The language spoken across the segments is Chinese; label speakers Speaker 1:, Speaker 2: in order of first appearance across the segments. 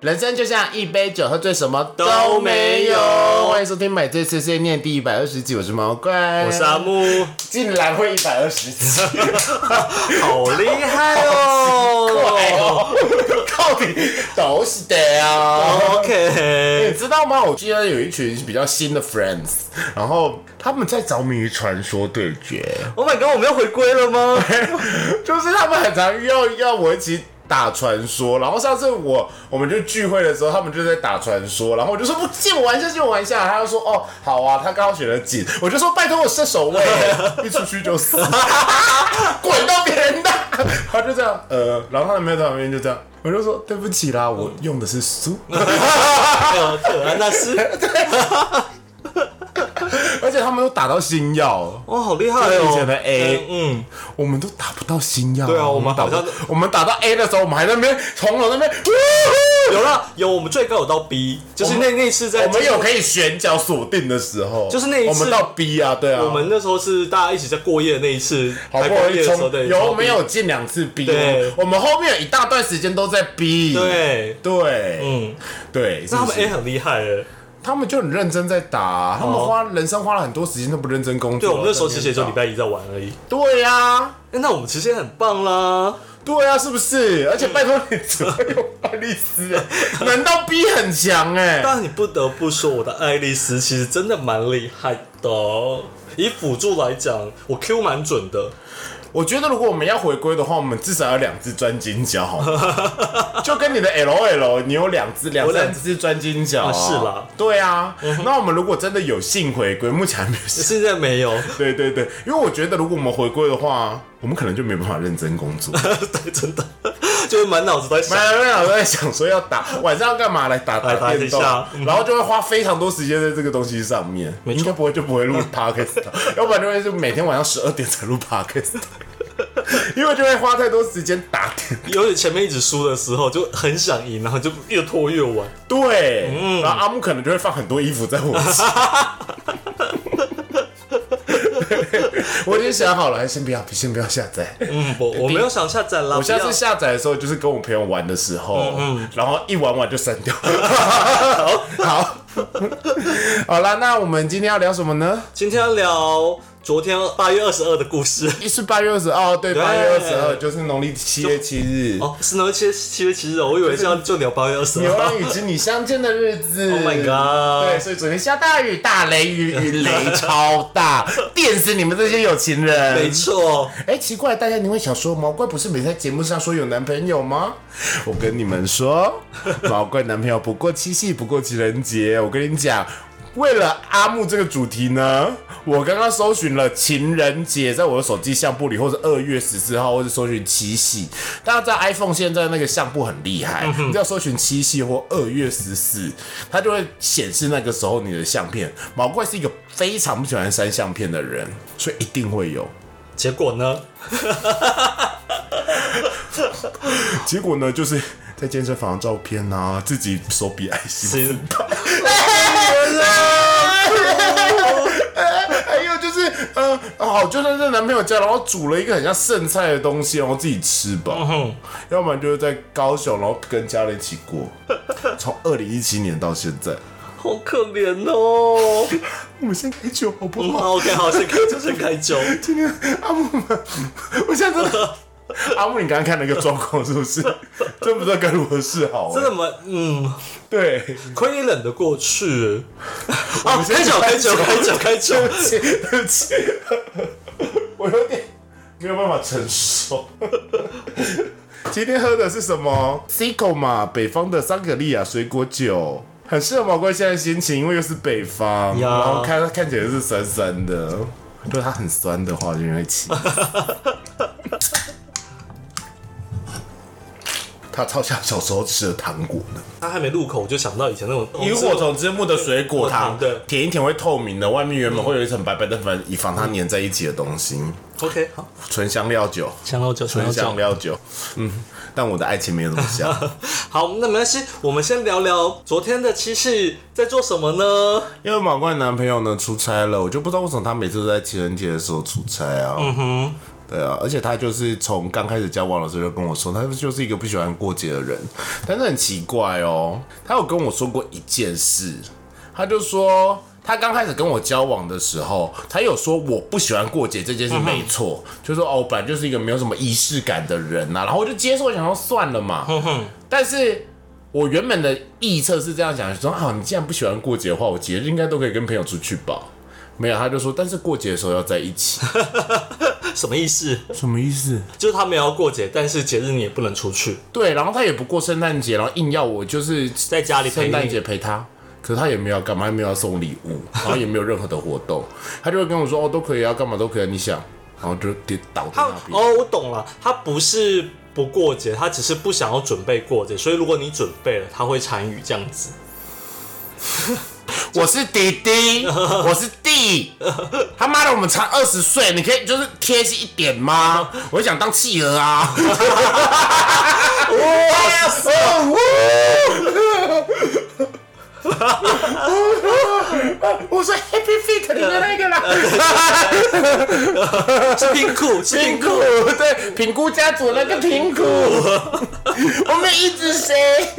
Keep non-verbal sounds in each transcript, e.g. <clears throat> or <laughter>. Speaker 1: 人生就像一杯酒，喝醉什么
Speaker 2: 都没有
Speaker 1: 欢迎收听《每醉碎碎念》第一百二十集，我是毛怪，
Speaker 2: 我是阿木，
Speaker 1: 竟然会一百二十集，
Speaker 2: 好厉害哦
Speaker 1: <laughs> 到底都是的啊！你
Speaker 2: ！OK，
Speaker 1: 知道吗？我记得有一群比较新的 friends，然后他们在着迷于传说对决，
Speaker 2: Oh my god，我们要回归了吗？
Speaker 1: 就是他们很常要要我一起打传说，然后上次我我们就聚会的时候，他们就在打传说，然后我就说不借我玩一下，借我玩一下，他就说哦好啊，他刚好选了锦，我就说拜托我射手位，一出去就死， <laughs> 滚到别人的，他就这样呃，然后他的妹在旁边就这样，我就说对不起啦，我用的是苏。
Speaker 2: 嗯好可爱，那是
Speaker 1: <laughs> 而且他们都打到星耀，
Speaker 2: 哇，好厉害哦！
Speaker 1: 就是以前的 A
Speaker 2: 嗯，
Speaker 1: 我们都打不到星耀。
Speaker 2: 对啊我们
Speaker 1: 打
Speaker 2: 好像
Speaker 1: 不我们打到 A 的时候，我们还在那边从楼那边，呜
Speaker 2: 嗯有啦，有我们最高有到 B，就是那那次在
Speaker 1: 我们有可以选角锁定的时候，
Speaker 2: 就是那一次
Speaker 1: 我们到 B 啊，对啊，
Speaker 2: 我们那时候是大家一起在过夜那一次，
Speaker 1: 好
Speaker 2: 还
Speaker 1: 不
Speaker 2: 过
Speaker 1: 容易
Speaker 2: 夜的时候
Speaker 1: 冲
Speaker 2: 对，
Speaker 1: 有没有进两次 B？
Speaker 2: 对
Speaker 1: 我们后面有一大段时间都在 B，
Speaker 2: 对，
Speaker 1: 对，
Speaker 2: 嗯，
Speaker 1: 对，
Speaker 2: 那他们
Speaker 1: 是不
Speaker 2: A
Speaker 1: 是
Speaker 2: 很厉害哎。
Speaker 1: 他们就很认真在打啊，他们花人生花了很多时间都不认啊真工作。
Speaker 2: 对，我们那时候其
Speaker 1: 在
Speaker 2: 实也就
Speaker 1: 边
Speaker 2: 礼拜一在玩而已。
Speaker 1: 打对呀。
Speaker 2: 哎那我们其实也很棒啦。
Speaker 1: 对啊，是不是？而且拜托你，哎只
Speaker 2: 嗯
Speaker 1: <laughs> 会用爱丽丝，欸难道 B 很强哎、
Speaker 2: 但你不得不说，我的爱丽丝其实真的蛮厉害的哦。以辅助来讲，我 Q 蛮准的。
Speaker 1: 我觉得如果我们要回归的话，我们至少要两只专金角，
Speaker 2: <laughs>
Speaker 1: 就跟你的 L L，你有两只、两
Speaker 2: 我两
Speaker 1: 三只专金角、
Speaker 2: 啊是啦，嗯
Speaker 1: 对啊。那我们如果真的有幸回归，目前还没有
Speaker 2: <laughs>
Speaker 1: 幸。
Speaker 2: 现在没有，
Speaker 1: 对对对，因为我觉得如果我们回归的话，我们可能就没办法认真工作。
Speaker 2: <laughs> 对，真的就是满脑子都在想。
Speaker 1: 班长在想说要打晚上要干嘛来打
Speaker 2: 来打
Speaker 1: 打电
Speaker 2: 一
Speaker 1: 动
Speaker 2: 下，嗯
Speaker 1: 然后就会花非常多时间在这个东西上面。
Speaker 2: 没错
Speaker 1: 应该不会就不会录
Speaker 2: <laughs>
Speaker 1: podcast，了要不然就会是每天晚上十二点才录 podcast，因为就会花太多时间打电。
Speaker 2: 尤其前面一直输的时候，就很想赢，然后就越拖越晚。
Speaker 1: 对，然后阿木可能就会放很多衣服在我身上。 <laughs> 我已经想好了，还先不要，先不要下载。
Speaker 2: 嗯，我我没有想下载啦，
Speaker 1: 我下
Speaker 2: 不
Speaker 1: 次
Speaker 2: 要
Speaker 1: 下载的时候，就是跟我朋友玩的时候，然后一玩完就删掉。 <laughs> 好， <laughs> 好啦，那我们今天要聊什么呢？
Speaker 2: 今天要聊昨天八月二十二的故事。 <laughs>
Speaker 1: 是八月二十二，对，
Speaker 2: 对
Speaker 1: 八月二十二就是农历七月七日，
Speaker 2: 哦，是呢，七七月七日哦，我以为是要就聊八月
Speaker 1: <laughs>
Speaker 2: 二十
Speaker 1: 牛
Speaker 2: 二。
Speaker 1: 郎与织女相见的日子。
Speaker 2: Oh my god
Speaker 1: 对，所以昨天下大雨，大雷雨，雨雷超大，电死你们这些有情人。
Speaker 2: 没错，
Speaker 1: 哎，奇怪，大家你会想说，毛怪不是每天在节目上说有男朋友吗？ <laughs> 我跟你们 <laughs> 说，毛怪男朋友不过七夕，不过情人节。我跟你讲，为了阿木这个主题呢，我刚刚搜寻了情人节，在我的手机相簿里，或是二月十四号，或是搜寻七夕。大家知道 iPhone 现在那个相簿很厉害，你只要搜寻七夕或二月十四，它就会显示那个时候你的相片。毛怪是一个非常不喜欢删相片的人，所以一定会有。
Speaker 2: 结果呢？
Speaker 1: 结果呢，就是在健身房的照片啊，自己手比爱心，
Speaker 2: 是
Speaker 1: 还有就是，呃，好，就算在男朋友家，然后煮了一个很像剩菜的东西，然后自己吃吧，要不然就是在高雄，然后跟家人一起过，从二零一七年到现在，
Speaker 2: 好可怜哦。 <laughs>
Speaker 1: 我们先开酒好不
Speaker 2: 嗯
Speaker 1: 好？
Speaker 2: ，OK，好，先开酒，先开酒。
Speaker 1: 今天阿木们，我现在真的。阿木，你刚刚看那个状况是不是？真不知道该如何是好、
Speaker 2: 真
Speaker 1: 欸。
Speaker 2: 的吗？嗯，
Speaker 1: 对，
Speaker 2: 亏你忍得过 <laughs> 去。
Speaker 1: 我
Speaker 2: 啊
Speaker 1: 们，先
Speaker 2: 开酒，
Speaker 1: 开
Speaker 2: 开酒，开酒，开酒。
Speaker 1: 对不起，对不起，我有点没有办法承受。今天喝的是什么？Cico 嘛，北方的桑格利亚水果酒，很适合毛怪现在的心情，因为又是北方，
Speaker 2: 呀
Speaker 1: 然后看看起来是酸酸的。如果它很酸的话，就会起。他超像小时候吃的糖果呢。
Speaker 2: <laughs> 他还没入口，我就想到以前 <laughs> 那种
Speaker 1: 萤火虫之墓的水果糖，
Speaker 2: 对
Speaker 1: 舔一舔会透明的，外面原本会有一层白白的粉，以防它粘在一起的东西。
Speaker 2: OK，好，
Speaker 1: 纯香料酒，
Speaker 2: 香料酒，香
Speaker 1: 纯
Speaker 2: 料
Speaker 1: 香
Speaker 2: 酒。
Speaker 1: 料酒，嗯，但我的爱情没有那么香，
Speaker 2: <laughs> 好，那没关系，我们先聊聊昨天的七夕在做什么呢？
Speaker 1: 因为毛怪男朋友呢出差了，我就不知道为什么他每次都在情人节的时候出差啊。嗯哼，对啊，而且他就是从刚开始交往的时候就跟我说，他就是一个不喜欢过节的人，但是很奇怪哦，他有跟我说过一件事，他就说。他刚开始跟我交往的时候，他有说我不喜欢过节这件事没错，就说哦，我本来就是一个没有什么仪式感的人啊呐、然后我就接受，想说算了嘛。但是我原本的臆测是这样想，说啊，你既然不喜欢过节的话，我节日应该都可以跟朋友出去吧。没有，他就说，但是过节的时候要在一起，
Speaker 2: 什么意思？
Speaker 1: 什么意思？
Speaker 2: 就是他们也要过节，但是节日你也不能出去，
Speaker 1: 对，然后他也不过圣诞节，然后硬要我就是
Speaker 2: 在家里陪
Speaker 1: 圣诞
Speaker 2: 你。
Speaker 1: 节陪他，可是他也没有要干嘛，也没有要送礼物，然后也没有任何的活动，他就会跟我说哦都可以啊，干嘛都可以、啊，你想，然后就跌倒在
Speaker 2: 他
Speaker 1: 那边。
Speaker 2: 哦，我懂了，他不是不过节，他只是不想要准备过节，所以如果你准备了，他会参与这样子。 <laughs>
Speaker 1: 我是弟弟，我是弟，他妈的我们差二十岁，你可以就是贴心一点吗？我想当企鹅啊！哇塞！我说 Happy Feet 里面那个啦。
Speaker 2: 是冰库，是
Speaker 1: 评
Speaker 2: 冰
Speaker 1: 估
Speaker 2: 库。
Speaker 1: 对评估家族那个评估，我们一直谁？ <laughs>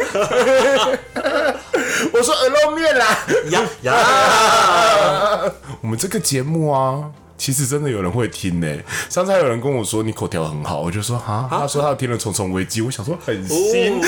Speaker 1: 我说鹅肉面啦。
Speaker 2: 呀呀！
Speaker 1: 我们这个节目啊。其实真的有人会听呢、上次还有人跟我说你口条很好，我就说哈，他说他听了《重重危机》，我想说很新。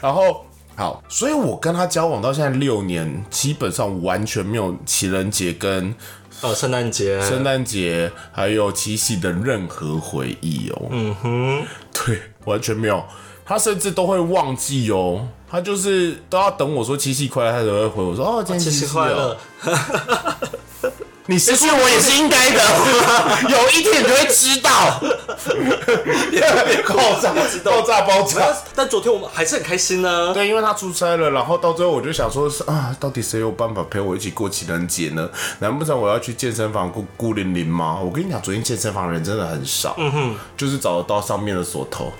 Speaker 1: 然后好，所以我跟他交往到现在六年，基本上完全没有情人节跟
Speaker 2: 哦，圣诞节，
Speaker 1: 圣诞节还有七夕的任何回忆哦。嗯哼，对，完全没有。他甚至都会忘记哦，他就是都要等我说七夕快乐，他才会回我说哦，今天
Speaker 2: 七
Speaker 1: 七
Speaker 2: 夕
Speaker 1: 夕
Speaker 2: 快
Speaker 1: 哦。
Speaker 2: 乐。
Speaker 1: 你失去我也是应该的， <laughs> 有一天你就会知道。 <laughs> 爆炸，爆炸，爆炸。
Speaker 2: 但昨天我们还是很开心呢、
Speaker 1: 对，因为他出差了，然后到最后我就想说是啊，到底谁有办法陪我一起过情人节呢？难不成我要去健身房孤孤零零吗？我跟你讲，昨天健身房人真的很少，嗯哼，就是找得到上面的锁头，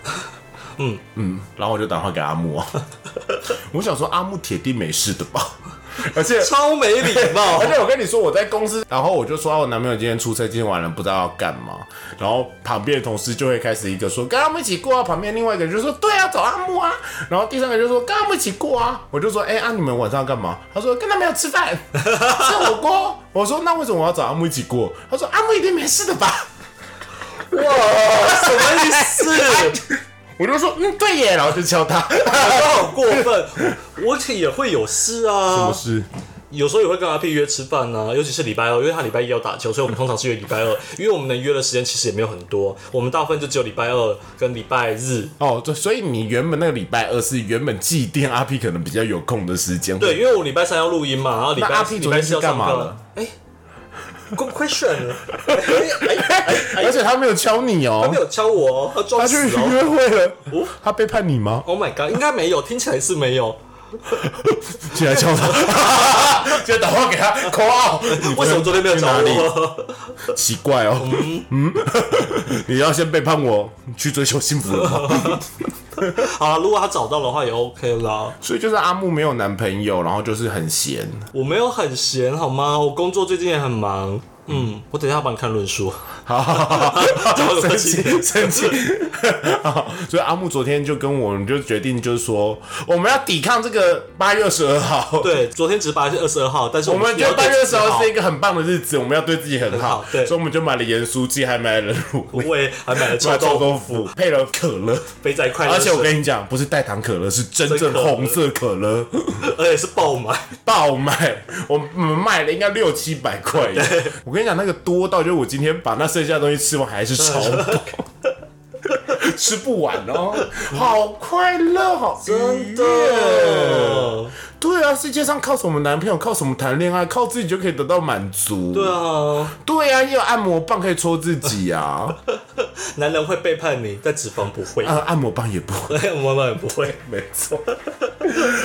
Speaker 1: 嗯嗯，然后我就打电话给阿木啊， <laughs> 我想说阿木铁定没事的吧， <laughs> 而且
Speaker 2: 超没礼
Speaker 1: <laughs>
Speaker 2: 貌
Speaker 1: 而。且我跟你说，我在公司，然后我就说啊我男朋友今天出差，今天晚了不知道要干嘛，然后旁边的同事就会开始一个说跟他们一起过啊，旁边另外一个人就说对啊，找阿 <laughs> 木啊，然后第三个就说跟他们一起过啊，我就说哎、啊你们晚上要干嘛？他说跟他们要吃 <laughs> 饭，吃火锅。我说那为什么我要找阿木一起过？他说阿啊木一定没事的吧？
Speaker 2: 什么意
Speaker 1: 哎
Speaker 2: 思？
Speaker 1: <laughs> 我就说嗯对耶，然后就敲 <laughs> 他，
Speaker 2: 他好过分，我也会有事啊，
Speaker 1: 是
Speaker 2: 有时候也会跟阿 P 约吃饭啊，尤其是礼拜二，因为他礼拜一要打球，所以我们通常是约礼拜二，因为我们能约的时间其实也没有很多，我们大部分就只有礼拜二跟礼拜日。
Speaker 1: 哦，对，所以你原本那个礼拜二是原本祭奠阿 P 可能比较有空的时间，
Speaker 2: 对，因为我礼拜三要录音嘛，然后礼拜
Speaker 1: 那阿 P
Speaker 2: 礼拜四
Speaker 1: 昨天是
Speaker 2: 要
Speaker 1: 干
Speaker 2: 上
Speaker 1: 嘛
Speaker 2: 课
Speaker 1: 了。
Speaker 2: 哎，Good question，哎 <laughs> 哎哎哎
Speaker 1: 而且他没有敲你哦
Speaker 2: 他没，有敲我哦，他装
Speaker 1: 他去
Speaker 2: 死哦。
Speaker 1: 约会了
Speaker 2: 哦，
Speaker 1: 他背叛你 <laughs> 吗？
Speaker 2: Oh my god，应该没有，听起来是没有。
Speaker 1: 起来敲他， <laughs> 直接打电话给他，口号。
Speaker 2: 为什么昨天没有
Speaker 1: 去
Speaker 2: 找
Speaker 1: 哪里？
Speaker 2: 我？
Speaker 1: 奇怪哦，嗯， <laughs> 你要先背叛我，去追求幸福了 <laughs> 吗？
Speaker 2: <laughs> 好啦，如果他找到的话也 OK 啦。
Speaker 1: 所以就是阿木没有男朋友，然后就是很 <laughs> 闲。
Speaker 2: 我没有很闲好吗？我工作最近也很忙。嗯，我等一下帮你看
Speaker 1: <laughs>
Speaker 2: 论述。
Speaker 1: 好好好好，生
Speaker 2: 么生
Speaker 1: 气
Speaker 2: 气
Speaker 1: 生气。 <laughs> 好所以阿木昨天就跟我们就决定，就是说我们要抵抗这个八月二十二号。
Speaker 2: 对，昨天只是八月二十二号，但是
Speaker 1: 我
Speaker 2: 我
Speaker 1: 们
Speaker 2: 们
Speaker 1: 觉得八月二十号
Speaker 2: 号
Speaker 1: 是一个很棒的日子，我们要对自己很好
Speaker 2: 好，对
Speaker 1: 所以我们就买了盐酥鸡，还买了卤味，
Speaker 2: 我也还买了
Speaker 1: 买臭 <laughs>
Speaker 2: 臭豆腐、
Speaker 1: 豆腐，配了可乐，
Speaker 2: 肥仔快乐水，
Speaker 1: 而且我跟你讲，不是代糖可乐，是真正红色可乐，
Speaker 2: 而且是爆
Speaker 1: <laughs>
Speaker 2: 买，
Speaker 1: 爆卖，我们卖了应该六七百块耶。我跟你讲，那个多到就是我今天把那剩下的东西吃完还是超 <laughs> 饱。吃不完哦，好快乐，好真
Speaker 2: 真的。
Speaker 1: 对啊，世界上靠什么男朋友，靠什么谈恋爱，靠自己就可以得到满足。
Speaker 2: 对啊，
Speaker 1: 对啊，也有按摩棒可以戳自己 <laughs> 啊，
Speaker 2: 男人会背叛你，但脂肪不会，
Speaker 1: 啊，按摩棒也不会。
Speaker 2: <laughs> 我们也不会。
Speaker 1: <laughs> 没错。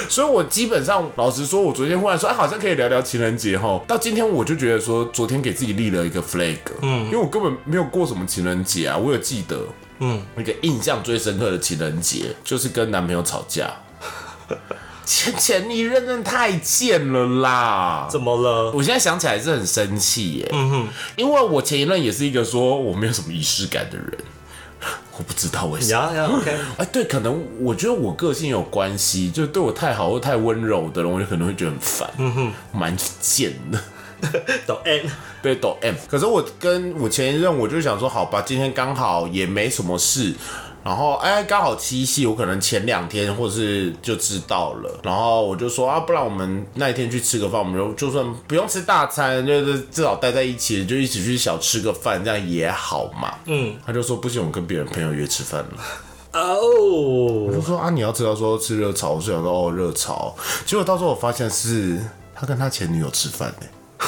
Speaker 1: 所以我基本上，老实说，我昨天忽然说，哎、好像可以聊聊情人节哈。到今天我就觉得说，昨天给自己立了一个 flag，嗯，因为我根本没有过什么情人节啊，我有记得， <laughs> 嗯，一个印象最深刻的情人节就是跟男朋友吵架。前前一任真的太贱了啦！
Speaker 2: 怎
Speaker 1: <laughs>
Speaker 2: 么了？
Speaker 1: 我现在想起来是很生气耶、嗯哼，因为我前一任也是一个说我没有什么仪式感的人，我不知道为什么。
Speaker 2: 呀呀，OK，
Speaker 1: 哎，对，可能我觉得我个性有关系，就是对我太好或太温柔的人，我就可能会觉得很烦，嗯哼，蛮贱的。
Speaker 2: 懂 N，
Speaker 1: 对，抖 M。可是我跟我前一任，我就想说，好吧，今天刚好也没什么事，然后哎，刚好七夕，我可能前两天或是就知道了，然后我就说啊，不然我们那一天去吃个饭，我们就就算不用吃大餐，就是至少待在一起，就一起去小吃个饭，这样也好嘛。嗯，他就说不行，我跟别人朋友约吃饭了。我 <laughs>
Speaker 2: 哦，
Speaker 1: 就说啊，你要知道说吃热炒，我就想说哦热炒，结果到时候我发现是他跟他前女友吃饭呢、 <laughs>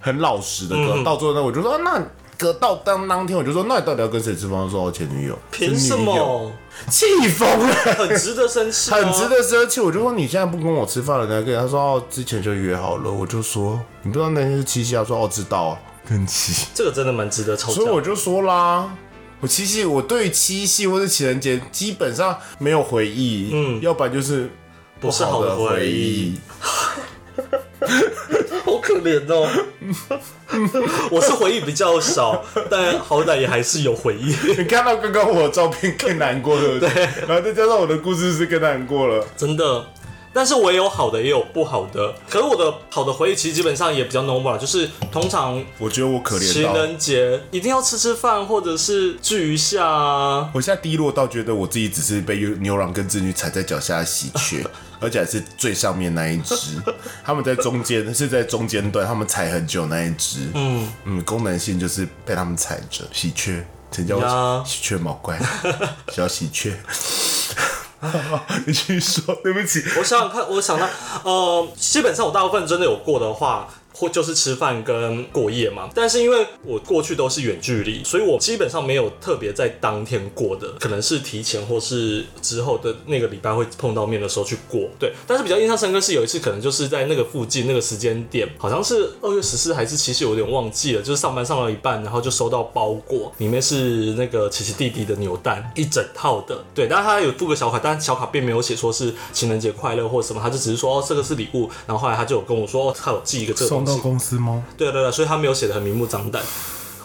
Speaker 1: 很老实的
Speaker 2: 嗯
Speaker 1: 哥。到最后呢，我就说、啊那隔到当当天我就说，那你到底要跟谁吃饭？他说我前女友，
Speaker 2: 凭
Speaker 1: 是
Speaker 2: 什
Speaker 1: 女友？
Speaker 2: 么？
Speaker 1: 气疯了。
Speaker 2: 很值得生气、
Speaker 1: <laughs>
Speaker 2: 啊，
Speaker 1: 很值。得生气，我就说你现在不跟我吃饭了，那个他说哦，之前就约好了，我就说你不知道那天是七夕，他说哦知道啊，更气。
Speaker 2: 这个真的蛮值得吵架
Speaker 1: 所以。我就说啦，我七夕，我对七夕或者情人节基本上没有回忆，嗯，要不然就是不
Speaker 2: 是好
Speaker 1: 的
Speaker 2: 的回
Speaker 1: 忆
Speaker 2: 忆。好可怜哦。 <laughs> 我是回忆比较少，但好歹也还是有回忆， <laughs>
Speaker 1: 你 <laughs> 看到刚刚我的照片更难过， <laughs> 对不对？然后再加上我的故事是更难过了。
Speaker 2: 真的。但是我也有好的，也有不好的。可是我的好的回忆其实基本上也比较 normal，就是通常
Speaker 1: 我觉得我可怜
Speaker 2: 情
Speaker 1: 到，
Speaker 2: 人节一定要吃吃饭，或者是聚一下啊。
Speaker 1: 我现在低落到觉得我自己只是被牛郎跟织女踩在脚下的喜鹊， <laughs> 而且还是最上面那一只。 <laughs> 他们在中间是在中间段，他们踩很久那一只。嗯嗯，功能性就是被他们踩着喜鹊。成叫
Speaker 2: 呀
Speaker 1: 我喜鹊毛怪，小喜鹊。 <laughs> 你去说，对不起，
Speaker 2: 我想想看，我想到，呃，基本上我大部分真的有过的话，或就是吃饭跟过夜嘛。但是因为我过去都是远距离，所以我基本上没有特别在当天过的，可能是提前或是之后的那个礼拜会碰到面的时候去过。对，但是比较印象深刻是有一次，可能就是在那个附近那个时间点，好像是二月十四还是其实有点忘记了，就是上班上到一半，然后就收到包裹，里面是那个琪琪弟弟的扭蛋，一整套的。对，但他有附个小卡，但小卡并没有写说是情人节快乐或什么，他就只是说哦这个是礼物，然后后来他就有跟我说哦他有寄一个这个东西，
Speaker 1: 公司吗？
Speaker 2: 对对对，所以他没有写的很明目张胆。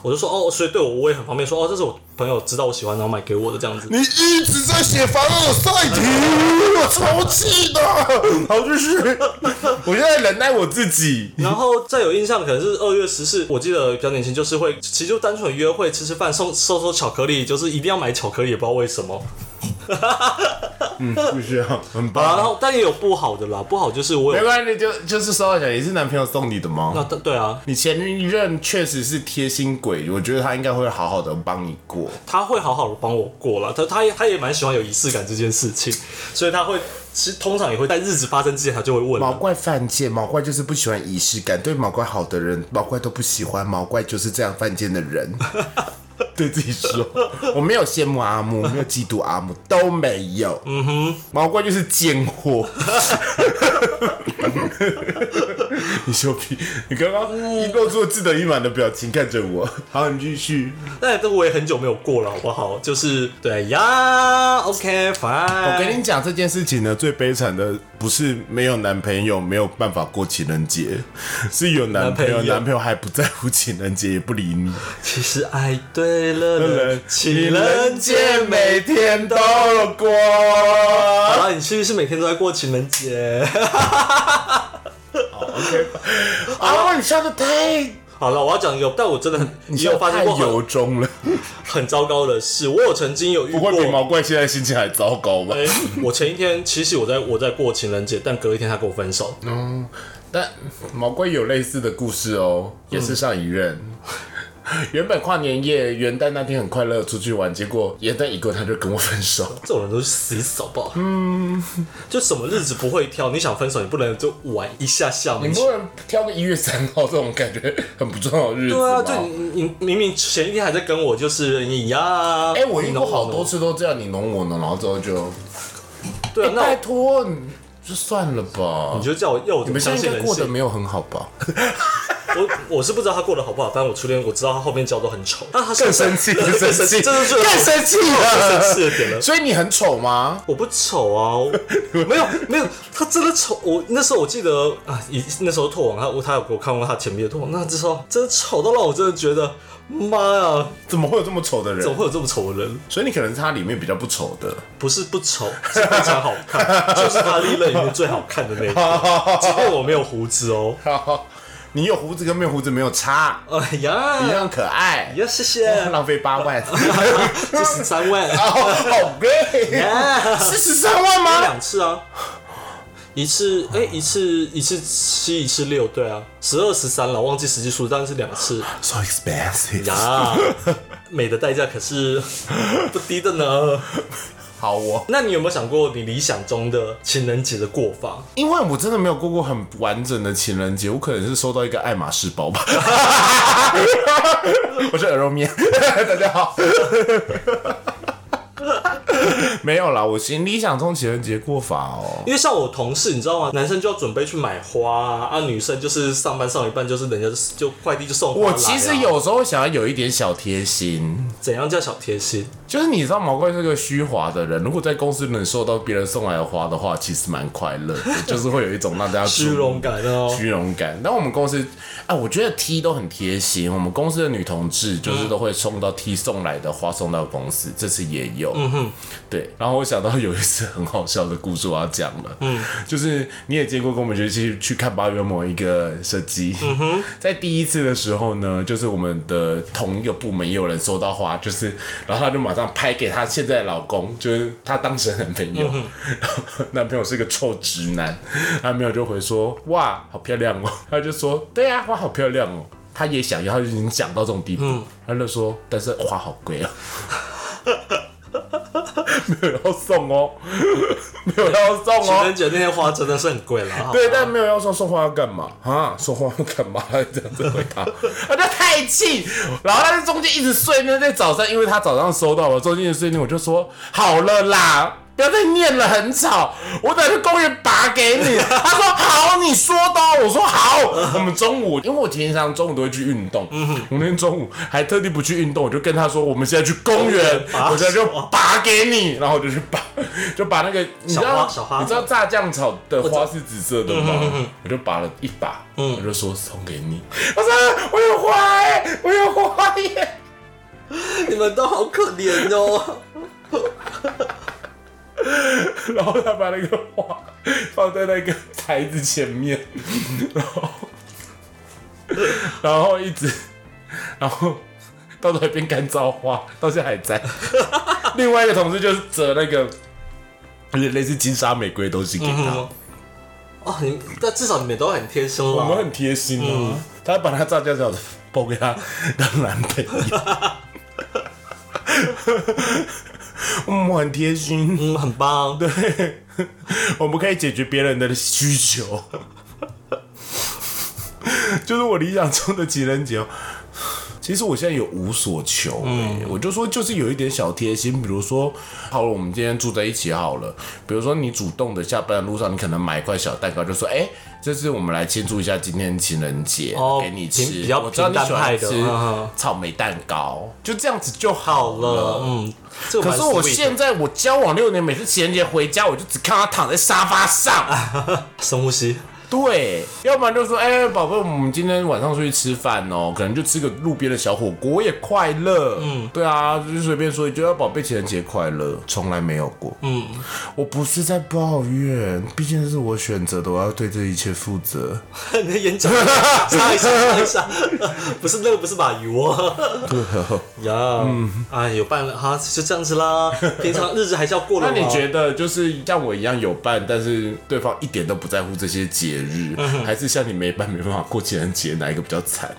Speaker 2: 我就说哦，所以对我我也很方便说哦，这是我朋友知道我喜欢，然后买给我哦的这样子。
Speaker 1: 你一直在写凡尔赛题，我超气的。好，就是我现在忍耐我自
Speaker 2: <laughs>
Speaker 1: 己。
Speaker 2: 然后再有印象的可能是二月十四，我记得比较年轻，就是会其实就单纯约会吃吃饭，送收收巧克力，就是一定要买巧克力，也不知道为什么。 <laughs>
Speaker 1: 嗯，不需要，很
Speaker 2: 啊，
Speaker 1: 棒
Speaker 2: 然。后但也有不好的啦，不好就是我
Speaker 1: 没
Speaker 2: 有
Speaker 1: 关系，就就是收到讲也是男朋友送你的吗？
Speaker 2: 那对啊，
Speaker 1: 你前一任确实是贴心鬼，我觉得他应该会好好的帮你过。
Speaker 2: 他会好好的帮我过了，他他也他也蛮喜欢有仪式感这件事情，所以他会其实通常也会在日子发生之前，他就会问
Speaker 1: 毛
Speaker 2: 了。
Speaker 1: 怪犯贱，毛怪就是不喜欢仪式感，对毛怪好的人，毛怪都不喜欢，毛怪就是这样犯贱的人。 <laughs> 对自己说，我没有羡慕阿木，没有嫉妒阿木，都没有。嗯哼，毛怪就是贱货。 <laughs> 你秀屁！你刚刚露出自得意满的表情看着我。好，你继续。
Speaker 2: 但这我也很久没有过了，好不好？就是对呀，OK fine。
Speaker 1: 我跟你讲这件事情呢，最悲惨的不是没有男朋友没有办法过情人节，是有男朋友，
Speaker 2: 男朋友
Speaker 1: 男朋友还不在乎情人节，也不理你。
Speaker 2: 其实爱对了人，情人节每。
Speaker 1: 每天都过。
Speaker 2: 好啦，你是不是每天都在过情人节？
Speaker 1: 啊，你笑的太，
Speaker 2: 好了，我要讲一个，但我真的很，
Speaker 1: <laughs> 你
Speaker 2: 也
Speaker 1: 笑
Speaker 2: 有
Speaker 1: 得
Speaker 2: 发
Speaker 1: 太
Speaker 2: 生过很
Speaker 1: 由衷了，
Speaker 2: 很糟糕的事。我有曾经有遇
Speaker 1: 不
Speaker 2: 过
Speaker 1: 会，比毛怪现在心情还糟糕吧？
Speaker 2: 哎、 <laughs> 我前一天其实我在我在过情人节，但隔一天他跟我分手。
Speaker 1: 嗯但毛怪有类似的故事哦，也是上一任。 <laughs> 原本跨年夜、元旦那天很快乐出去玩，结果元旦一过他就跟我分手。
Speaker 2: 这种人都是死死好不好？嗯，就什么日子不会挑，你想分手你不能就玩一下下吗
Speaker 1: 很？多人挑个一月三号这种感觉很不重要的日子
Speaker 2: 对啊，
Speaker 1: 嘛
Speaker 2: 就你你明明前一天还在跟我就是你呀，
Speaker 1: 哎、我遇
Speaker 2: 你
Speaker 1: 过
Speaker 2: 弄
Speaker 1: 好
Speaker 2: 我
Speaker 1: 多
Speaker 2: 呢，
Speaker 1: 次都这样，你侬我侬，然后之后就，
Speaker 2: 对啊，那
Speaker 1: 拜
Speaker 2: 我
Speaker 1: 托，你就算了吧
Speaker 2: 你。就叫我要我
Speaker 1: 你
Speaker 2: 怎么
Speaker 1: 们现
Speaker 2: 相
Speaker 1: 在
Speaker 2: 信
Speaker 1: 应该
Speaker 2: 人
Speaker 1: 过得
Speaker 2: 性？
Speaker 1: 没有很好吧？
Speaker 2: 我我是不知道他过得好不好，反正我初恋我知道他后面交都很丑，那他是
Speaker 1: 更生气，更生
Speaker 2: <laughs> 更生
Speaker 1: 气，
Speaker 2: 气，这是最
Speaker 1: 更
Speaker 2: <laughs>
Speaker 1: 生气
Speaker 2: 最
Speaker 1: 了。
Speaker 2: 生气的点了。
Speaker 1: 所以你很丑吗？
Speaker 2: 我不丑啊，我没有没有，他真的丑。我那时候我记得啊，以那时候拓网，他我他有给我看过他前面的拓网，那时候真的丑到让我真的觉得，妈呀，
Speaker 1: 怎么会有这么丑的
Speaker 2: 怎么
Speaker 1: 人？
Speaker 2: 会有这么丑的人？
Speaker 1: 所以你可能是他里面比较不丑的。
Speaker 2: 不是不丑，是非常好看， <laughs> 就是他历任里面最好看的那一个。即便我没有胡子哦，
Speaker 1: 你有胡子跟没有胡子没有差，
Speaker 2: 哎
Speaker 1: 一
Speaker 2: 呀，
Speaker 1: 样可爱。
Speaker 2: 呀，谢谢，
Speaker 1: 浪费八万，
Speaker 2: 这十三万，
Speaker 1: 好贵，
Speaker 2: 呀
Speaker 1: 四十三万
Speaker 2: 有
Speaker 1: 吗？
Speaker 2: 两次啊。一次，哎、一次一次七，一次六，对啊，十二十三了，忘记实际数，但是两次，
Speaker 1: So expensive。 <laughs>
Speaker 2: 呀，美的代价可是不低的呢。
Speaker 1: 好哦，
Speaker 2: 那你有没有想过你理想中的情人节的过法？
Speaker 1: 因为我真的没有过过很完整的情人节，我可能是收到一个爱马仕包 <laughs> 吧。我是鹅肉面， <laughs> 大家好。 <laughs> 没有啦，我心理想中情人节过法哦。
Speaker 2: 因为像我同事，你知道吗？男生就要准备去买花啊，啊女生就是上班上一半，就是人家就是就快递就送花来、
Speaker 1: 我
Speaker 2: 啊。
Speaker 1: 其实有时候想要有一点小贴心，
Speaker 2: 怎样叫小贴心？
Speaker 1: 就是你知道毛怪是个虚华的人，如果在公司能收到别人送来的花的话，其实蛮快乐的，就是会有一种让大家 <laughs>
Speaker 2: 虚荣感哦。
Speaker 1: 虚荣感。但我们公司，哎，我觉得 T 都很贴心。我们公司的女同志就是都会送到 T 送来的花送到公司，这次也有。嗯哼，对。然后我想到有一次很好笑的故事，我要讲了。嗯，就是你也见过，跟我们就去去看八月某一个设计。嗯哼，在第一次的时候呢，就是我们的同一个部门也有人收到花，就是然后她就马上拍给她现在的老公，就是她当时的男朋友，然后 <laughs> 男朋友是个臭直男，她男朋友就回说哇好漂亮哦， <laughs> 她就说对呀、花好漂亮哦，她也想要，她就已经讲到这种地步，她就说但是花好贵哦。 <laughs> 没有要送哦，没有要送
Speaker 2: 情
Speaker 1: 哦
Speaker 2: 人，节那天花真的是很贵了。
Speaker 1: <laughs> 对，但没有要送送花要干嘛啊？送花要干嘛？ <laughs> 这样子回答，我就啊太气。然后他在中间一直碎念，在早上，因为他早上收到了中间的碎念，我就说好了啦。不要再念了，很吵。我等下去公园拔给你。 <laughs> 他说好，你说的哦。我说好。我们中午，因为我平常中午都会去运动，嗯我那天中午还特地不去运动，我就跟他说，我们现在去公园，<laughs>
Speaker 2: 拔
Speaker 1: 我现在就拔给你，然后我就去拔， <laughs> 就把那个你知道
Speaker 2: 小花小花
Speaker 1: 你知道炸酱草的花是紫色的
Speaker 2: 嗯
Speaker 1: 吗？我就拔了一把，我就说送给你。我说我有花耶，我有花耶。
Speaker 2: 你们都好可怜哦。
Speaker 1: 然后他把那个花放在那个台子前面，然后然后一直，然后到最后变干燥花，到现在还在。另外一个同事就是折那个。有点类似金沙玫瑰的东西给他，
Speaker 2: 嗯哦，你但至少你们都很贴心
Speaker 1: 我们
Speaker 2: 啦。
Speaker 1: 很贴心啊。他把他炸酱 <laughs> 饺子包给他当男朋友，嗯我很贴心。
Speaker 2: 嗯，很棒。对，
Speaker 1: 我们可以解决别人的需求，就是我理想中的情人节哦。其实我现在有无所求、
Speaker 2: 嗯
Speaker 1: 欸我就说就是有一点小贴心，比如说，好了，我们今天住在一起好了，比如说你主动的下班的路上，你可能买一块小蛋糕，就说，哎、这次我们来庆祝一下今天情人节，
Speaker 2: 哦
Speaker 1: 给你
Speaker 2: 平
Speaker 1: 吃，
Speaker 2: 比较
Speaker 1: 我知道你喜
Speaker 2: 平淡派
Speaker 1: 欢
Speaker 2: 的
Speaker 1: 吃
Speaker 2: 嗯嗯
Speaker 1: 草莓蛋糕，就这样子就好
Speaker 2: 好了，嗯，这个
Speaker 1: 可
Speaker 2: 蛮
Speaker 1: 是我
Speaker 2: sweet 的
Speaker 1: 现在我交往六年，每次情人节回家，我就只看他躺在沙发上。
Speaker 2: 深呼吸。
Speaker 1: 对，要不然就说，哎、宝贝，我们今天晚上出去吃饭哦，可能就吃个路边的小火锅，我也快乐。嗯，对啊，就是随便说一句，要宝贝，情人节快乐，从来没有过。嗯，我不是在抱怨，毕竟是我选择的，我要对这一切负责。
Speaker 2: <laughs> 你的眼角擦一下，擦一下， <laughs> 不是那个，不是马油哦。对呀，哎，有办了哈，就这样子 <laughs> 啦。平常日子还是要过的
Speaker 1: 那
Speaker 2: 嘛。
Speaker 1: 你觉得，就是像我一样有伴，但是对方一点都不在乎这些节日，还是像你没伴没办法过情人节，哪一个比较惨？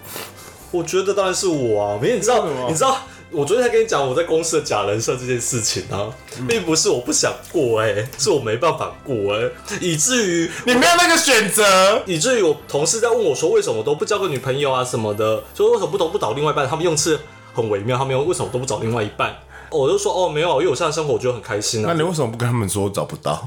Speaker 2: 我觉得当然是我啊，没有你知道
Speaker 1: 为什么，
Speaker 2: 你知道，我昨天才跟你讲我在公司的假人设这件事情啊，并不是我不想过、哎，是我没办法过、哎，以至于
Speaker 1: 你没有那个选择。
Speaker 2: 以至于我同事在问我说，为什么我都不交个女朋友啊什么的，说为什么不都不找另外一半？他们用词很微妙，他们用为什么都不找另外一半？我就说哦，没有，因为我现在生活我觉得很开心啊
Speaker 1: <laughs> 那。你为什么不跟他们说我找不到？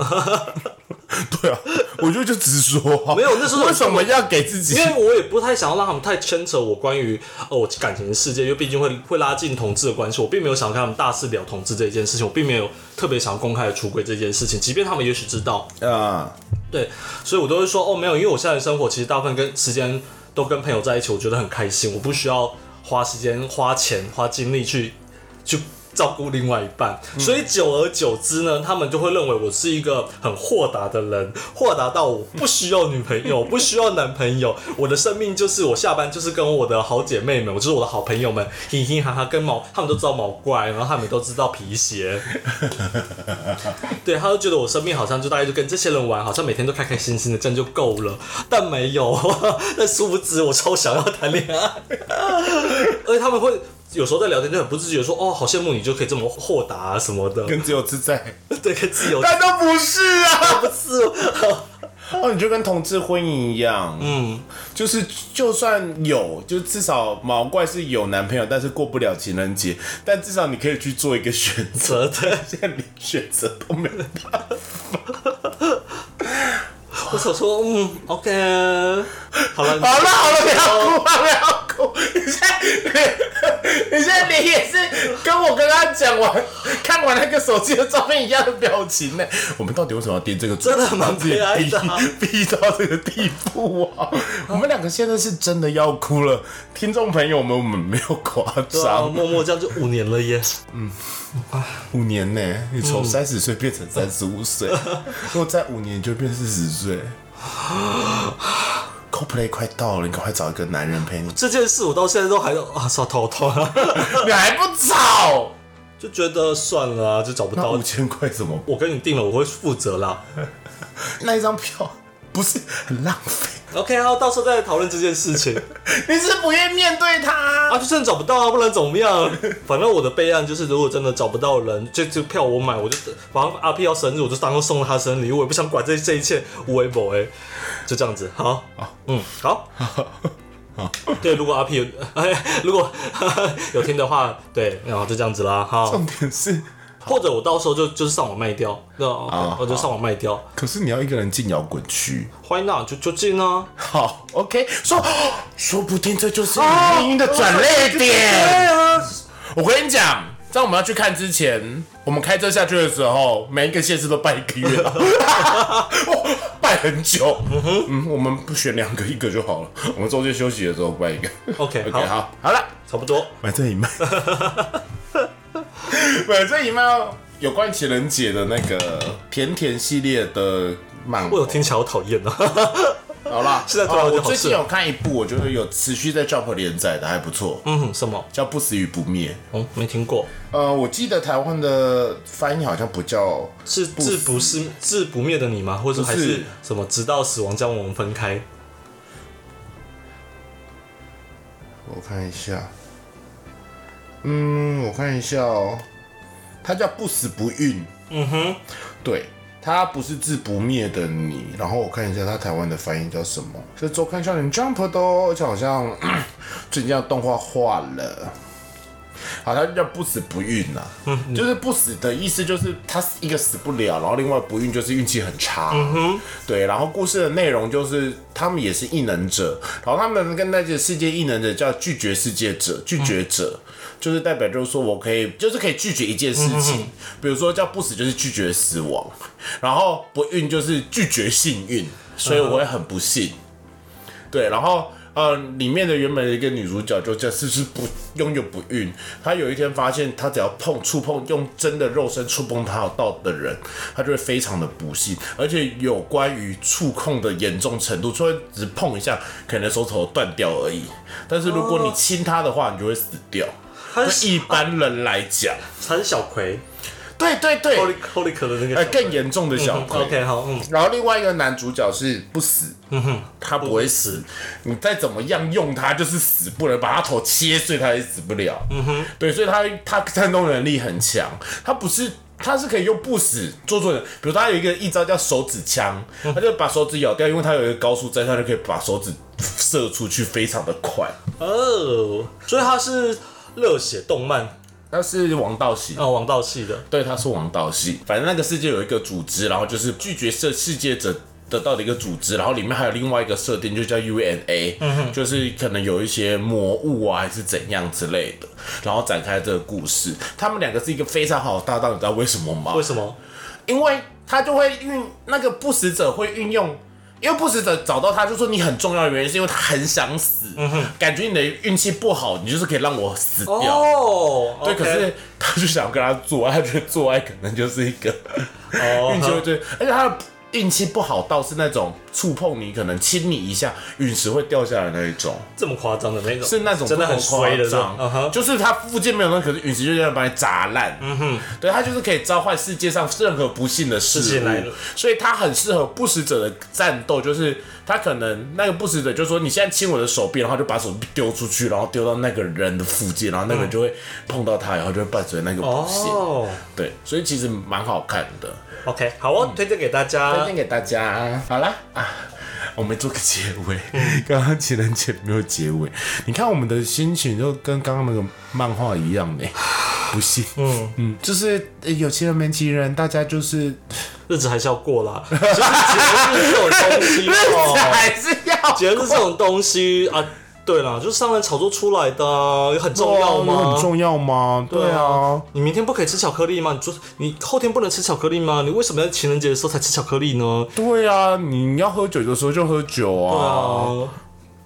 Speaker 1: 对啊，我就就直说，啊
Speaker 2: 没有那时候
Speaker 1: 为什么要给自己
Speaker 2: 因？为我也不太想要让他们太牵扯我关于哦我感情的世界，因为毕竟会会拉近同志的关系。我并没有想跟他们大肆聊同志这件事情，我并没有特别想要公开的出轨这件事情。即便他们也许知道，
Speaker 1: 啊、
Speaker 2: 对，所以我都会说哦没有，因为我现在的生活其实大部分跟时间都跟朋友在一起，我觉得很开心，我不需要花时间、花钱、花精力去去。照顾另外一半，所以久而久之呢，他们就会认为我是一个很豁达的人，豁达到我不需要女朋友，我不需要男朋友，我的生命就是我下班就是跟我的好姐妹们，我就是我的好朋友们，嘻嘻哈哈，跟毛他们都知道毛怪，然后他们都知道皮鞋，对，他就觉得我生命好像就大概就跟这些人玩，好像每天都开开心心的，这样就够了。 <laughs> 但没有，但殊不知我超想要谈恋爱， <laughs> 而且他们会有时候在聊天就很不自觉地说，哦，好羡慕你就可以这么豁达、啊、什么的， <laughs>
Speaker 1: 跟自由自 <laughs> 在，
Speaker 2: 对，跟自由
Speaker 1: 但都不是啊！
Speaker 2: 不是，
Speaker 1: 哦，你就跟同志婚姻一样，嗯，就是就算有，就至少毛怪是有男朋友，但是过不了情人节，但至少你可以去做一个选择。 <laughs>
Speaker 2: 责的。
Speaker 1: 现在连选择都没有，
Speaker 2: <laughs> 我想说，嗯，OK，好了，
Speaker 1: 好了好了，不要哭啊，不要哭！你现在，你现在你也是跟我跟他讲完看完那个手机的照片一样的表情呢。我们到底为什么要编这个主题？
Speaker 2: 真的蛮悲哀的啊
Speaker 1: 让自己逼逼到这个地步啊！我们两个现在是真的要哭了，听众朋友们，我们没有夸
Speaker 2: 对啊，
Speaker 1: 张，
Speaker 2: 默默这样就五年了耶，
Speaker 1: 五年呢，你
Speaker 2: 嗯
Speaker 1: 从三十岁变成三十五岁，如果再五年就变四十
Speaker 2: <laughs>
Speaker 1: 岁。CoPlay 快到了，你赶快找一个男人陪你。
Speaker 2: 这件事我到现在都还啊，操，头痛啊， <laughs>
Speaker 1: <laughs> 你还不找？
Speaker 2: 就觉得算了啊、就找不
Speaker 1: 那
Speaker 2: 到
Speaker 1: 五。千块怎么？
Speaker 2: 我跟你定了，我会负责啦。
Speaker 1: 那一张票不是很浪费？
Speaker 2: OK，好，到时候再来讨论这件事情。
Speaker 1: <laughs> 你是不愿面对他？
Speaker 2: 啊，就真的找不到啊，不然怎么样？ <laughs> 反正我的备案就是，如果真的找不到人，这这票我买，我就反正阿 P 要生日，我就当做送了他生日礼物，我也不想管这这一切无为不为， <laughs> 就这样子。好，嗯，
Speaker 1: <laughs>
Speaker 2: 好。对，如果阿 P 有， <laughs> 哎，如果 <laughs> 有听的话，对，然后就这样子啦，好，
Speaker 1: 重点是，
Speaker 2: 或者我到时候就就是上网卖掉，那
Speaker 1: 哦
Speaker 2: 我就上网卖掉
Speaker 1: 可是你要一个人进摇滚区。
Speaker 2: ，Why not？就就进啊，
Speaker 1: 好，OK，说，哦说不定这就是你命运的转捩点。
Speaker 2: 对啊，
Speaker 1: 我跟你讲，在我们要去看之前，我们开车下去的时候，每一个县市都拜一个 <laughs> 月，哇拜很久。嗯，我们不选两个，一个就好了。我们中间休息的时候拜一个。
Speaker 2: OK，
Speaker 1: OK，
Speaker 2: 好
Speaker 1: 好，好了。
Speaker 2: 差不多。
Speaker 1: 买醉一 <laughs> 卖，买醉一卖哦有关情人节的那个甜甜系列的漫
Speaker 2: 我有
Speaker 1: 画，
Speaker 2: 听起来好讨厌啊。
Speaker 1: 好啦，
Speaker 2: <laughs> 现在突然
Speaker 1: 哦
Speaker 2: 觉得
Speaker 1: 我
Speaker 2: 好
Speaker 1: 最近
Speaker 2: 顺
Speaker 1: 有看一部，我觉得有持续在 Jump 连载的，还不错，
Speaker 2: 嗯，什么？
Speaker 1: 叫《不死与不灭》。
Speaker 2: 哦，没听过。
Speaker 1: 呃，我记得台湾的翻译好像不叫，
Speaker 2: 是治不是治不灭的你吗？或者还
Speaker 1: 不
Speaker 2: 是
Speaker 1: 是
Speaker 2: 什么？直到死亡将我们分开。
Speaker 1: 我看一下，嗯，我看一下哦，它叫《不死不孕》。
Speaker 2: 嗯哼，
Speaker 1: 对，它不是治不灭的你。然后我看一下它台湾的翻译叫什么，是周刊少年 Jump 的哦，而且好像 <clears throat> 最近要动画化了。好，它就叫不死不孕呐、嗯，就是不死的意思，就是它一个死不了，然后另外不孕就是运气很差，嗯、对。然后故事的内容就是他们也是异能者，然后他们跟那些世界异能者叫拒绝世界者，拒绝者、就是代表就是说我可以，就是可以拒绝一件事情，比如说叫不死就是拒绝死亡，然后不孕就是拒绝幸运，所以我也很不幸。对，然后呃，里面的原本的一个女主角就叫是是不拥有不孕，她有一天发现，她只要碰触碰用真的肉身触碰她到的人，她就会非常的不幸，而且有关于触控的严重程度，所以只碰一下，可能手指头断掉而已。但是如果你亲她的话，你就会死掉。
Speaker 2: 他
Speaker 1: 对
Speaker 2: 是
Speaker 1: 一般人来讲，
Speaker 2: 他是小葵
Speaker 1: 对对对，
Speaker 2: ，Holy Holy 可的那
Speaker 1: 呃，
Speaker 2: 个
Speaker 1: 更严重的哎小葵。
Speaker 2: OK，好，嗯，
Speaker 1: 然后另外一个男主角是不死，他不会死，你再怎么样用他就是死不了，把他头切碎他也死不了。嗯哼，对，所以他他战斗能力很强，他不是。他是可以用不死做做的，比如他有一个一招叫手指枪，他就把手指咬掉，因为他有一个高速在，他就可以把手指射出去，非常的快。
Speaker 2: 哦，所以他是热血动漫
Speaker 1: 他是王道喜，
Speaker 2: 哦，王道系的，
Speaker 1: 对，他是王道系。反正那个世界有一个组织，然后就是拒绝世世界者。得到的一个组织，然后里面还有另外一个设定，就叫 UNA，、就是
Speaker 2: 嗯
Speaker 1: 可能有一些魔物啊，还是怎样之类的，然后展开这个故事。他们两个是一个非常好的搭档，你知道为什么吗？
Speaker 2: 为什么？
Speaker 1: 因为他就会运那个不死者会运用，因为不死者找到他就说你很重要的原因是因为他很想死，
Speaker 2: 嗯
Speaker 1: 感觉你的运气不好，你就是可以让我死掉。
Speaker 2: 哦，
Speaker 1: 对可
Speaker 2: OK
Speaker 1: 是他就想跟他做爱，他觉得做爱可能就是一个
Speaker 2: 哦
Speaker 1: 运气会对，而且他的运气不好到是那种触碰你，可能亲你一下，陨石会掉下来那一种，
Speaker 2: 这么夸张的那种，
Speaker 1: 是那种
Speaker 2: 真的很
Speaker 1: 不夸
Speaker 2: 衰的这种
Speaker 1: 张，
Speaker 2: 嗯哼，
Speaker 1: 就是他附近没有东西，可是陨石就这样把你砸烂。嗯哼，对他就是可以召唤世界上任何不幸的事
Speaker 2: 事情
Speaker 1: 物
Speaker 2: 来了
Speaker 1: 所以他很适合不死者的战斗，就是他可能那个不死者就说你现在亲我的手臂，然后就把手臂丢出去，然后丢到那个人的附近，然后那个人就会碰到他，然后就会伴随那个不幸。
Speaker 2: 哦
Speaker 1: 对，所以其实蛮好看的，
Speaker 2: ，OK，好哦，推荐给
Speaker 1: 嗯
Speaker 2: 大
Speaker 1: 推
Speaker 2: 家
Speaker 1: 荐。给大家。好啦嗯啊，我们做个结尾，刚刚情人节没有结尾，你看我们的心情就跟刚刚那个漫画一样 <sighs> 呢、不信，嗯嗯，就是呃有情人没情人，大家就是
Speaker 2: 日子还是要
Speaker 1: <laughs>
Speaker 2: 过啦，就是节日这种东西哦，
Speaker 1: 是要
Speaker 2: 节日这种东西啊，对啦，就是商人炒作出来的啊，很重要吗？
Speaker 1: 很重要吗？对啊，，
Speaker 2: 你明天不可以吃巧克力吗？你昨你后天不能吃巧克力吗？你为什么在情人节的时候才吃巧克力呢？
Speaker 1: 对啊，你要喝酒的时候就喝酒啊，
Speaker 2: 啊，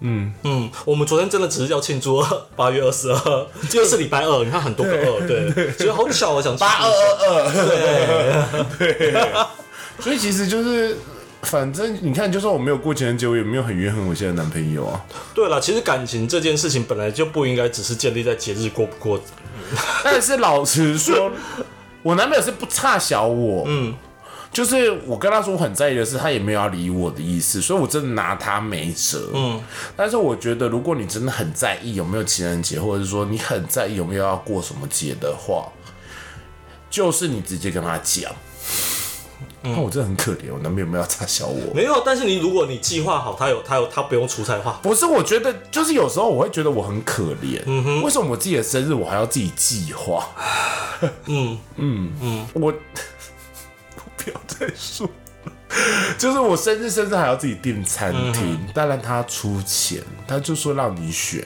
Speaker 2: 嗯嗯，我们昨天真的只是要庆祝 <laughs> 八月二十二，又是礼拜二，你看很多个二， <laughs> 对，觉得好巧啊，想八
Speaker 1: 二二二，呃对，所以其实就是。反正你看，就算我没有过情人节，我也没有很怨恨我现在的男朋友啊。
Speaker 2: 对了，其实感情这件事情本来就不应该只是建立在节日过不过，
Speaker 1: <laughs> 但是老实说，我男朋友是不差小我，嗯，就是我跟他说我很在意的事，他也没有要理我的意思，所以我真的拿他没辙，嗯。但是我觉得，如果你真的很在意有没有情人节，或者是说你很在意有没有要过什么节的话，就是你直接跟他讲。那、我真的很可怜，我男朋友没有要差小我。
Speaker 2: 没有。但是你如果你计划好，他有他有他不用出差的话，
Speaker 1: 不是，我觉得就是有时候我会觉得我很可怜，为什么我自己的生日我还要自己计划？嗯嗯嗯，我 <laughs> 我不要再说了，就是我生日甚至还要自己订餐厅，当然他出钱，他就说让你选，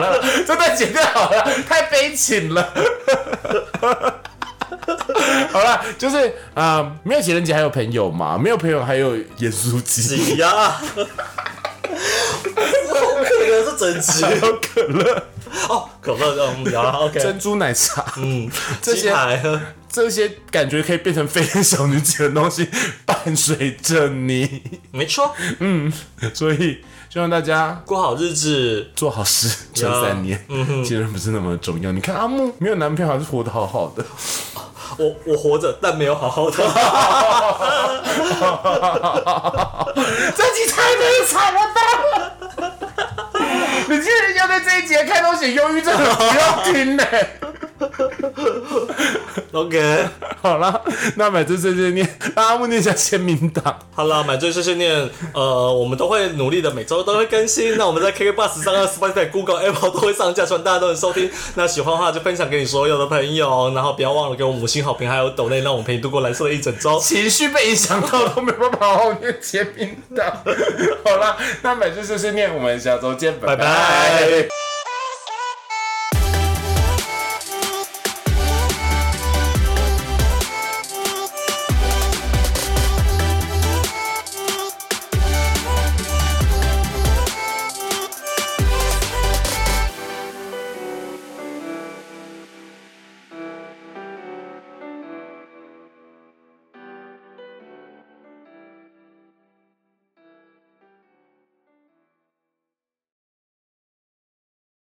Speaker 1: 了，真的剪掉好了，太悲情了。 <laughs> 好了，就是啊、呃没有情人节还有朋友嘛，没有朋友还有盐酥鸡。
Speaker 2: 挤呀，好可怜，这整集
Speaker 1: 还 <laughs> 有可乐、
Speaker 2: 哦，可乐这种呀，OK，
Speaker 1: 珍珠奶茶，
Speaker 2: 嗯，
Speaker 1: 这
Speaker 2: 鸡
Speaker 1: 些
Speaker 2: 排，
Speaker 1: 这些感觉可以变成飞天 <laughs> 小女警的东西，伴随着你。
Speaker 2: 没错，
Speaker 1: <laughs> 所以希望大家
Speaker 2: 过好日子，
Speaker 1: 做好 <laughs> 事，撑三年。情人不是那么重要。你看阿木没有男朋友还是活得好好的。
Speaker 2: 我我活着，但没有好好的，
Speaker 1: <laughs> 这集太悲惨了吧！ <laughs> 你竟然要在这一节开头写忧郁 <laughs> 症，不要听呢、
Speaker 2: OK，
Speaker 1: 好了，那买这碎碎念，让阿木念一下签名档。
Speaker 2: 好啦，买醉碎碎念，呃，我们都会努力的，每周都会更新。那我们在 KK Bus 上、Spotify、Google、Apple 都会上架，希望大家都能收听。那喜欢的话就分享给你所有的朋友，然后不要忘了给我们五星好评，还有抖内，让我们陪你度过蓝色的一整周。
Speaker 1: 情绪被影响到都没有办法好好念签名档。好了，那买这碎碎念，我们下周见，
Speaker 2: 拜拜